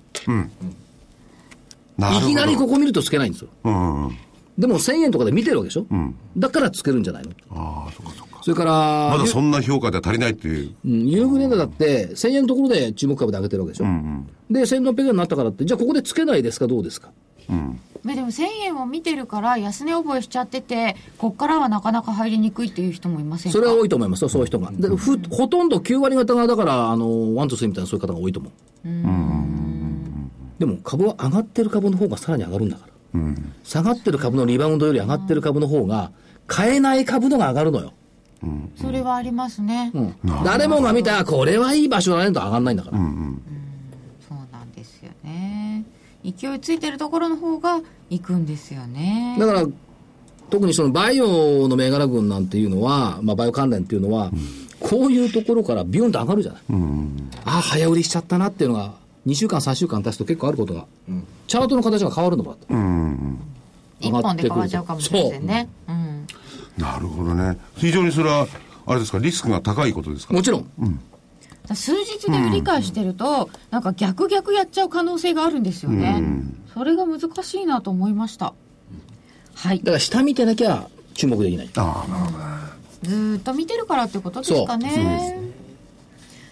S5: ない
S2: きなりこ
S5: こ。
S2: こ見るとつけないんですよ。
S5: うんうん。
S2: でも1000円とかで見てるわけでしょ、
S5: ん
S2: だからつけるんじゃないの
S5: ああ、そっかそっか。
S2: それから、
S5: まだそんな評価では足りないっていう。
S2: うん、ユーグレナだって、1000円のところで注目株で上げてるわけでしょ、
S5: うん
S2: で、1600円になったからって、じゃあここでつけないですか、どうですか。
S5: うん。
S1: まあでも1000円を見てるから安値覚えしちゃっててこっからはなかなか入りにくいっていう人もいませんか
S2: それは多いと思いますよ、そういう人が。でふほとんど9割方が、だから、あの、ワン、ツー、スリーみたいなそういう方が多いと思う。でも、株は上がってる株の方がさらに上がるんだから。下がってる株のリバウンドより上がってる株の方が、買えない株のが上がるのよ。
S1: それはありますね、
S2: うん誰もが見た、これはいい場所だねと上がんないんだから。
S1: そうなんですよね勢いついてるところの方が行くんですよね
S2: だから、特にそのバイオの銘柄群なんていうのは、まあ、バイオ関連っていうのは、こういうところからビュンと上がるじゃない。ああ、早売りしちゃったなっていうのが、2週間、3週間経つと結構あることが、チャートの形が変わるのもあって。
S1: 一本で変わっちゃうかもしれませんねうん
S5: なるほどね。非常にそれは、あれですか、リスクが高いことですか
S2: もちろん、
S1: 数日で売り買いしてると、なんか逆逆やっちゃう可能性があるんですよね、それが難しいなと思いましたはい
S2: だから下見てなきゃ注目できない。
S5: ああ、なるほど。
S1: ずーっと見てるからってことですかね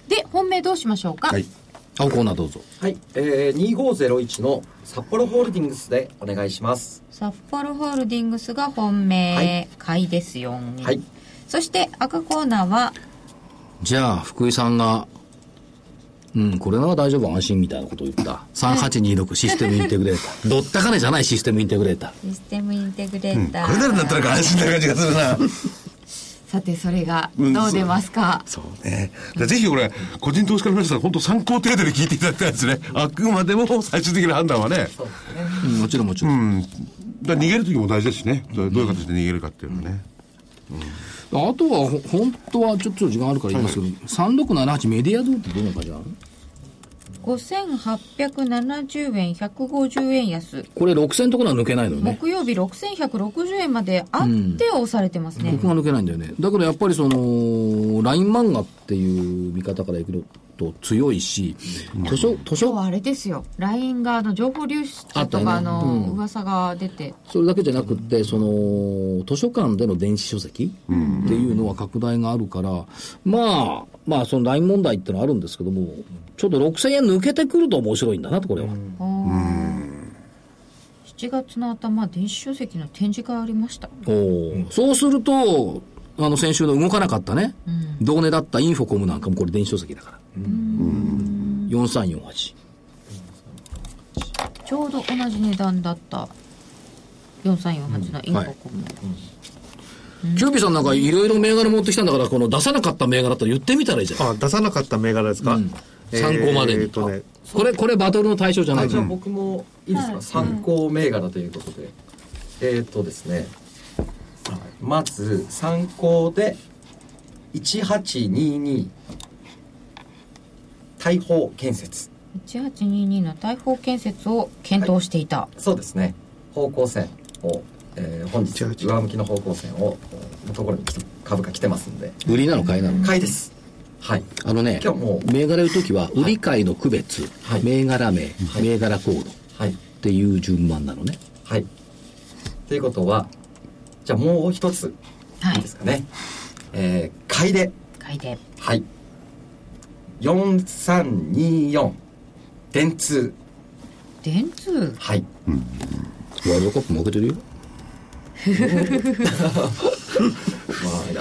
S1: で本命どうしましょうか、
S2: はい。青コーナーどうぞ。
S9: はい、えー、2501の札幌ホールディングスでお願いします。
S1: 札幌ホールディングスが本命、
S9: はい
S1: 買いですよ、
S9: はい、
S1: そして赤コーナーは
S2: じゃあ、福井さんが、うん、これなら大丈夫、安心みたいなことを言った。3826システムインテグレー
S5: [laughs]
S2: ター。どったかねじゃないシステムインテグレーター。
S1: システムインテグレーター、
S5: これならだったら安心な感じがするな。
S1: さてそれがどう出ますか、
S5: そうね。でぜひこれ、個人投資家の皆さん、本当参考程度で聞いていただきたいですね。あくまでも最終的な判断はね。
S2: うん、もちろんもちろん。
S5: だから逃げる時も大事ですしね。どうどういう形で逃げるかっていうのはね。
S2: あとはほ、本当はちょっと時間あるから言いますけど、3678メディアゾーンってどんな感じなの
S1: 5870円150円安
S2: これ6000ところは抜けないのよね。
S1: 木曜日6160円まであって押されてますね、
S2: ここが抜けないんだよね。だからやっぱりその、ライン漫画っていう見方からいくと強いし、図書、図
S1: 今日
S2: 書
S1: はあれですよ LINE があの情報流出
S2: あ
S1: と
S2: っ
S1: か
S2: たよね
S1: あの、
S2: うん
S1: 噂が出て
S2: それだけじゃなくって、その、図書館での電子書籍っていうのは拡大があるから、まあ、まあ、その LINE 問題ってのはあるんですけども、ちょっと6000円抜けてくると面白いんだなと、これは。
S1: 7月の頭電子書籍の展示会ありました
S2: おーそうすると、あの、先週の動かなかったね、同値だったインフォコムなんかもこれ電子書籍だから。4348。
S1: ちょうど同じ値段だった4348のインココム、
S2: キューピーさんなんかいろいろ銘柄持ってきたんだから、この出さなかった銘柄と言ってみたらいいじゃん。
S3: あ、出さなかった銘柄ですか、
S2: 参考までに
S3: えーっとね、
S2: これ、これバトルの対象じゃない
S9: じ
S2: じゃ
S9: ゃあ
S2: ん。
S9: 僕もいいですか、参考銘柄ということで、えー、っとですねまず参考で1822大砲建設
S1: 1822の大砲建設を検討していた、
S9: そうですね方向線を、えー本日
S3: 1822
S9: 上向きの方向線をのところに来て株価来てますんで
S2: 売りなの買いなの
S9: 買いですはい
S2: あのね
S9: 今日も、う
S2: 銘柄言うときは、売り買いの区別、
S9: はい
S2: 銘柄名、
S9: い
S2: 銘柄コードっ
S9: はい
S2: ていう順番なのね。
S9: はいということはじゃあもう一つ
S1: はい
S9: いいですかね、えー買いで
S1: 買いで
S9: はい。4324電通。
S1: 電通
S9: はい。
S2: ワールドカップ負けてるよ。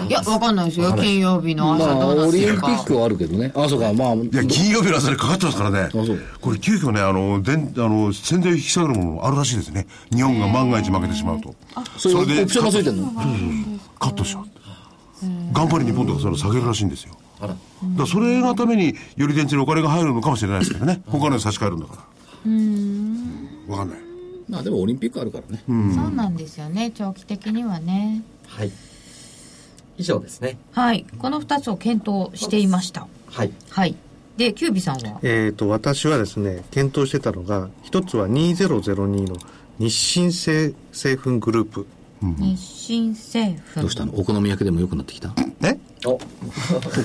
S1: いやわかんないですよ金曜日の
S2: ま
S1: 朝どう
S2: あ、
S1: な
S2: オ
S1: って
S2: リン
S1: る
S2: ピ
S1: か、
S2: ックはあるけどね。あ、そうか、まあ、
S5: いや、金曜日の朝にかかってますからね。
S2: そう
S5: これ急遽ね、あの、でんあの、戦前を引き下がるものもあるらしいですね。日本が万が一負けてしまうと。
S2: それオプションがついてるの
S5: カットしようって頑張り日本とかそういうの下げるらしいんですよ。
S9: あら。
S5: だからそれのためにより電池にお金が入るのかもしれないですけどね他のに差し替えるんだからうん分かんない
S2: まあ、でもオリンピックあるからね。
S1: そうなんですよね長期的にはね
S9: はい。以上ですね。
S1: はいこの2つを検討していました
S9: はい。
S1: はいでキュービさんは
S3: えーっと、私はですね、検討してたのが、一つは2002の日清製製粉グループ。
S1: 日清製粉
S2: どうしたのお好み焼きでも良くなってきた
S3: え
S9: お、
S2: お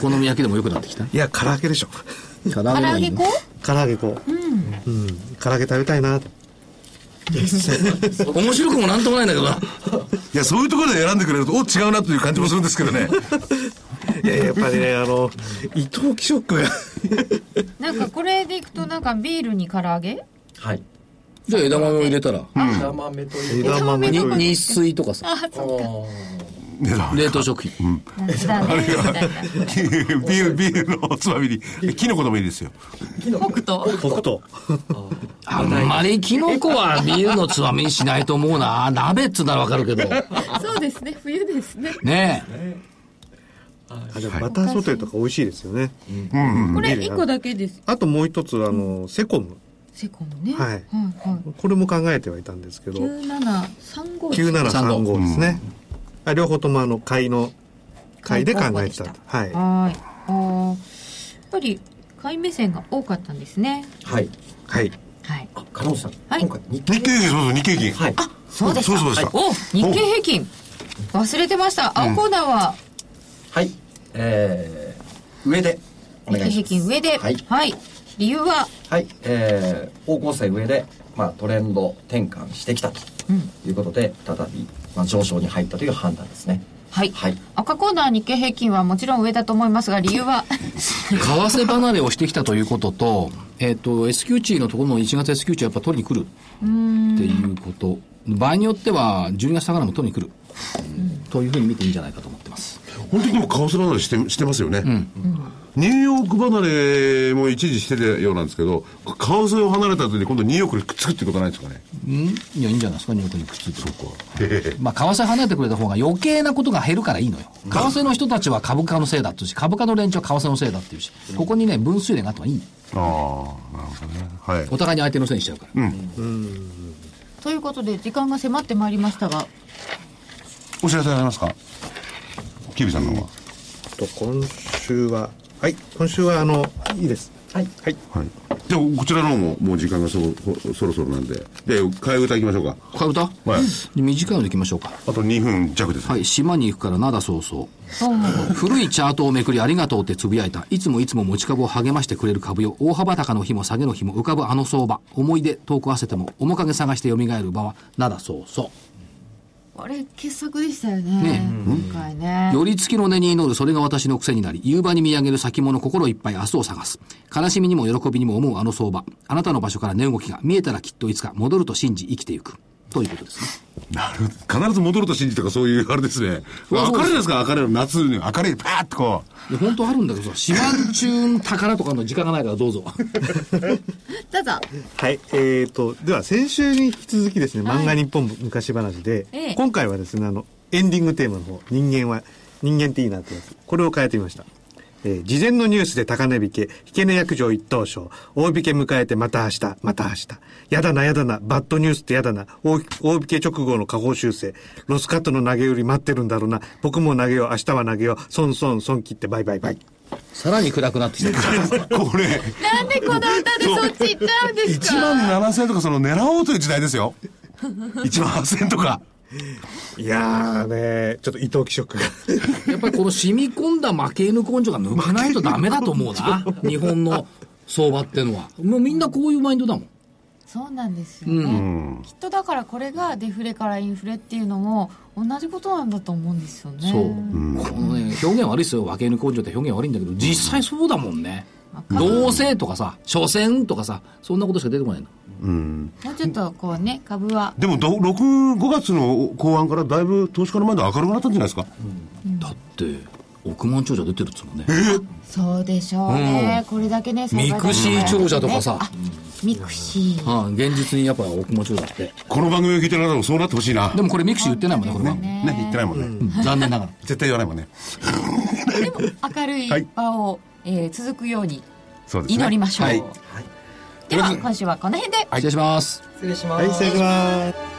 S2: 好み焼きでも良くなってきた
S3: いや、唐揚げでしょ。
S2: 唐
S1: 唐
S2: が
S1: 揚
S2: いい
S1: げ
S2: の
S1: 粉
S3: 唐揚げこう。うん。唐揚げ食べたいな。
S2: 面白くもなんともないんだけどな。
S5: いやそういうところで選んでくれるとお違うなという感じもするんですけ [laughs] どね
S3: いや、やっぱりね、あの、伊藤貴ショックが。
S1: なんかこれでいくとなんかビールに唐揚げ
S9: はい。
S2: じゃあ枝豆を入れたら、
S9: 枝豆という
S3: 枝豆
S2: に
S3: という
S2: 日水とかさ、
S5: [laughs] 値段
S2: 冷凍食品。
S1: だねみたいな
S5: [laughs] ビール、ビールのおつまみに、キノコでもいいですよ。
S1: 北斗
S3: 北斗。
S2: あんまりキノコはビールのつまみにしないと思うな。鍋っつうならわかるけど。
S8: そうですね冬ですね
S2: ねえ。
S3: あでもバターソテーとか美味しいですよね。
S8: これ一個だけです
S3: あともう一つ、あの、セコム。
S8: セコムね
S3: はい
S8: はい
S3: これも考えてはいたんですけど、
S8: 9735
S3: 9735ですね。あ両方ともあの、貝の、貝で考えてた
S8: 貝
S3: と。は
S8: は
S3: い。
S8: いあーやっぱり買い目線が多かったんですね
S9: はい
S3: はい。
S8: はい
S9: あ金本さん、
S8: はい
S9: 今回日
S5: 日経平均、そうそう、日経平均。
S9: はい
S8: そうでした
S5: そうそうでした
S8: お日経平均忘れてました青コーナーは
S9: はいえー、上でお
S8: 日
S9: 願
S8: 経
S9: いし
S8: 平
S9: ます
S8: 均上で
S9: はい
S8: はい理由は
S9: はい、えー方向性上で、まあ、トレンド転換してきたということで、再び、まあ、上昇に入ったという判断ですね
S8: はい
S9: はい
S8: 赤コーナー日経平均はもちろん上だと思いますが理由は [laughs]
S2: 為替離れをしてきたということと、えっ、と、S q 値のところの1月 S q 値はやっぱ取りに来るっていうこと。場合によっては、12月からも取りに来る。というふうに見ていいんじゃないかと思ってます。
S5: 本当にでも為替離れしてしてますよね、ニューヨーク離れも一時してたようなんですけど為替を離れた後に今度ニューヨークにくっつくってことないですかね
S2: うんいや、いいんじゃないですか、ニューヨークにくっついてる。
S5: ええ
S2: まあ、為替離れてくれた方が余計なことが減るからいいのよ。為替の人たちは株価のせいだっていうし、株価の連中は為替のせいだっていうし、ここにね、分水嶺があってもいいの
S5: ああなるほどねはい
S2: お互いに相手のせいにしちゃうから。
S8: ということで時間が迫ってまいりましたが
S5: お知らせありますかキビさんの方は、
S3: と、今週は、はい。今週は、あの、いいです。
S9: はい
S3: はい。
S5: はいじゃあこちらの方ももう時間がそこそろそろなんでで替え歌いきましょうか
S2: 替え歌
S5: はい
S2: 短いのでいきましょうか。
S5: あと2分弱です、
S2: はい、島に行くからなだそうそう。古いチャートをめくりありがとうってつぶやいた。いつもいつも持ち株を励ましてくれる株よ。大幅高の日も下げの日も浮かぶあの相場。思い出、遠く合わせても、面影探して蘇る場は、なだそうそ
S1: これ傑作でしたよ
S2: う。
S1: ね
S2: ね
S1: 今回ね
S2: え。寄り付きの根に祈る、それが私の癖になり、夕場に見上げる先物心いっぱい明日を探す。悲しみにも喜びにも思うあの相場。あなたの場所から値動きが見えたらきっといつか戻ると信じ生きていく。ということですね。
S5: なるほど必ず戻ると信じとかそういうあれですね
S2: わ
S5: 明るいですか明るいの夏に明るいパーッとこう
S2: で本当あるんだけどさ、四万中宝とかの時間がないからどうぞ。
S8: どうぞ
S3: はい。えーと、では、先週に引き続きですね、漫画日本昔話で、
S8: ええ
S3: 今回はですね、あの、エンディングテーマの方、人間は、人間っていいなってやつ。これを変えてみました。えー事前のニュースで高値引け、引け値役場一等賞、大引け迎えてまた明日、また明日。やだな、やだな、バッドニュースってやだな、大大引け直後の下方修正、ロスカットの投げ売り待ってるんだろうな、僕も投げよう、明日は投げよう、損損損切ってバイバイバイ。
S2: [laughs] さらに暗くなってきてる。
S5: これ
S1: なんでこの歌でそっち行っちゃうんです
S5: 1
S1: か
S5: 万7000とかその狙おうという時代ですよ1万8000とか
S3: いやーねー、ちょっと伊藤気色が。
S8: [laughs]
S2: やっぱりこの染み込んだ負け犬根性が抜けないとダメだと思うな。日本の相場ってのは。もうみんなこういうマインドだもん。
S1: そうなんですよね、きっとだからこれがデフレからインフレっていうのも同じことなんだと思うんですよね
S2: そう。このね、表現悪いですよ。負け犬根性って表現悪いんだけど、実際そうだもんね。どうせとかさ、所詮とかさ、そんなことしか出てこないの。
S1: もうちょっとこうね株は
S5: でもど6、5月の後半からだいぶ投資家の前で明るくなったんじゃないですか。
S2: だって、億万長者出てるっつうもんね。
S1: そうでしょうね、これだけね相
S2: ミ
S1: 場だ
S2: クシー長者とかさ、
S1: ミクシー
S2: うん現実にやっぱ億万長者って。
S5: この番組を聞いてる方もそうなってほしいな。
S2: で
S5: ね、
S2: もこれミクシー言ってないもんね、これは。
S5: 言ってないもんね。
S2: 残念ながら。
S5: 絶対言わないもんね。
S1: 明る
S5: はいい
S1: 場を、えー続くように
S5: そうですね。
S1: 祈りましょう、
S5: はい
S1: では今週はこの辺で
S2: 失礼します。
S9: 失礼します、
S3: はい、失礼します。